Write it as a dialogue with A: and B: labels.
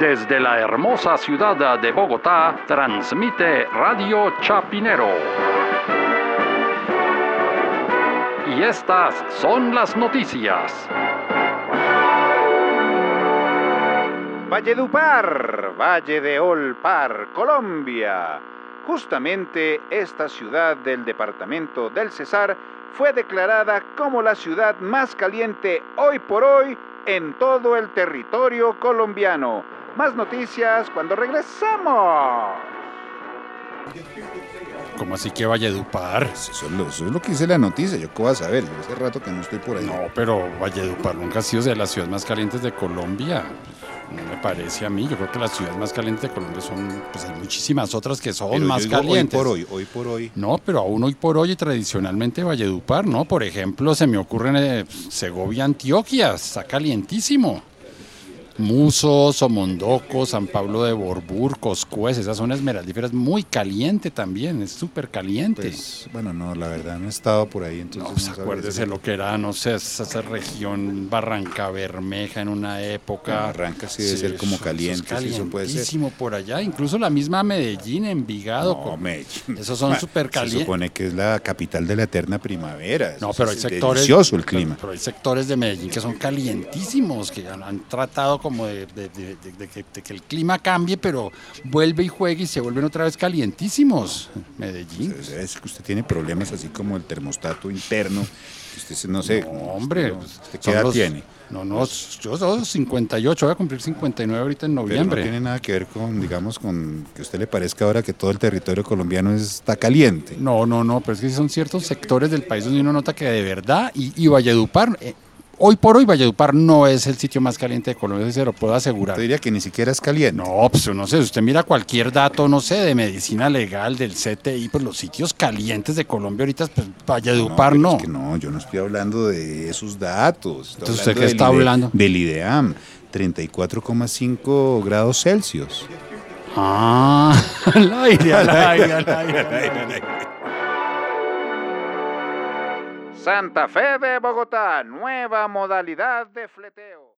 A: Desde la hermosa ciudad de Bogotá, transmite Radio Chapinero. Y estas son las noticias.
B: Valledupar, Valle de Olpar, Colombia. Justamente esta ciudad del departamento del Cesar fue declarada como la ciudad más caliente hoy por hoy en todo el territorio colombiano. Más noticias cuando regresamos.
C: ¿Cómo así que Valledupar?
D: Pues eso, es lo, eso es lo que dice la noticia. Yo qué voy a saber. Yo hace rato que no estoy por ahí.
C: No, pero Valledupar nunca ha sido de las ciudades más calientes de Colombia. No me parece a mí. Yo creo que las ciudades más calientes de Colombia son, pues hay muchísimas otras que son
D: Pero yo
C: más
D: digo
C: calientes.
D: Hoy por hoy, hoy por hoy.
C: No, pero aún hoy por hoy y tradicionalmente Valledupar, ¿no? Por ejemplo, se me ocurren eh, Segovia, Antioquia, está calientísimo. Muso, Somondoco, San Pablo de Borbur, Coscuez, esas son esmeraldíferas muy caliente también, es súper caliente.
D: Pues, bueno, no, la verdad no he estado por ahí. Entonces
C: No, pues
D: sabría
C: acuérdese
D: decir.
C: lo que era, no sé, esa, esa región Barranca Bermeja en una época.
D: Bueno, Barranca sí debe ser como
C: eso- eso es
D: caliente, sí, eso puede ser.
C: calientísimo por allá, incluso la misma Medellín, Envigado.
D: No,
C: con-
D: Medellín.
C: Esos son
D: Ma,
C: supercalientes.
D: Se supone que es la capital de la eterna primavera.
C: No,
D: Eso
C: pero hay
D: es
C: sectores.
D: Delicioso el
C: pero-
D: clima.
C: Pero, hay sectores de Medellín que son calientísimos, que han, han tratado como de, de- de- de- de que, de que el clima cambie, pero vuelve y juega y se vuelven otra vez calientísimos. Medellín.
D: Entonces, Es que usted tiene problemas así como el termostato interno. que Usted se- no sé.
C: No,
D: como-
C: hombre.
D: usted no-
C: pues,
D: ¿usted eh, ¿Qué
C: son
D: edad
C: los-
D: tiene?
C: No, no, yo soy 58, voy a cumplir 59 ahorita en
D: Pero no
C: noviembre.
D: tiene nada que ver con, digamos, con que a usted le parezca ahora que todo el territorio colombiano está caliente.
C: No, no, no, pero es que son ciertos sectores del país donde uno nota que de verdad, y, y Valledupar, eh, hoy por hoy Valledupar no es el sitio más caliente de Colombia, se lo puedo asegurar.
D: Yo diría que ni siquiera es caliente.
C: No, pues no sé, si usted mira cualquier dato, no sé, de medicina legal, del CTI, pues los sitios calientes de Colombia ahorita, pues Valledupar
D: pero
C: no.
D: es que no, yo no estoy hablando de esos datos. Estoy
C: Entonces, ¿usted
D: hablando
C: qué está
D: del IDE-
C: hablando?
D: Del E IDEAM, 34,5 grados Celsius.
C: Ah, al aire, al aire, al aire, al aire.
B: Santa Fe de Bogotá, nueva modalidad de fleteo.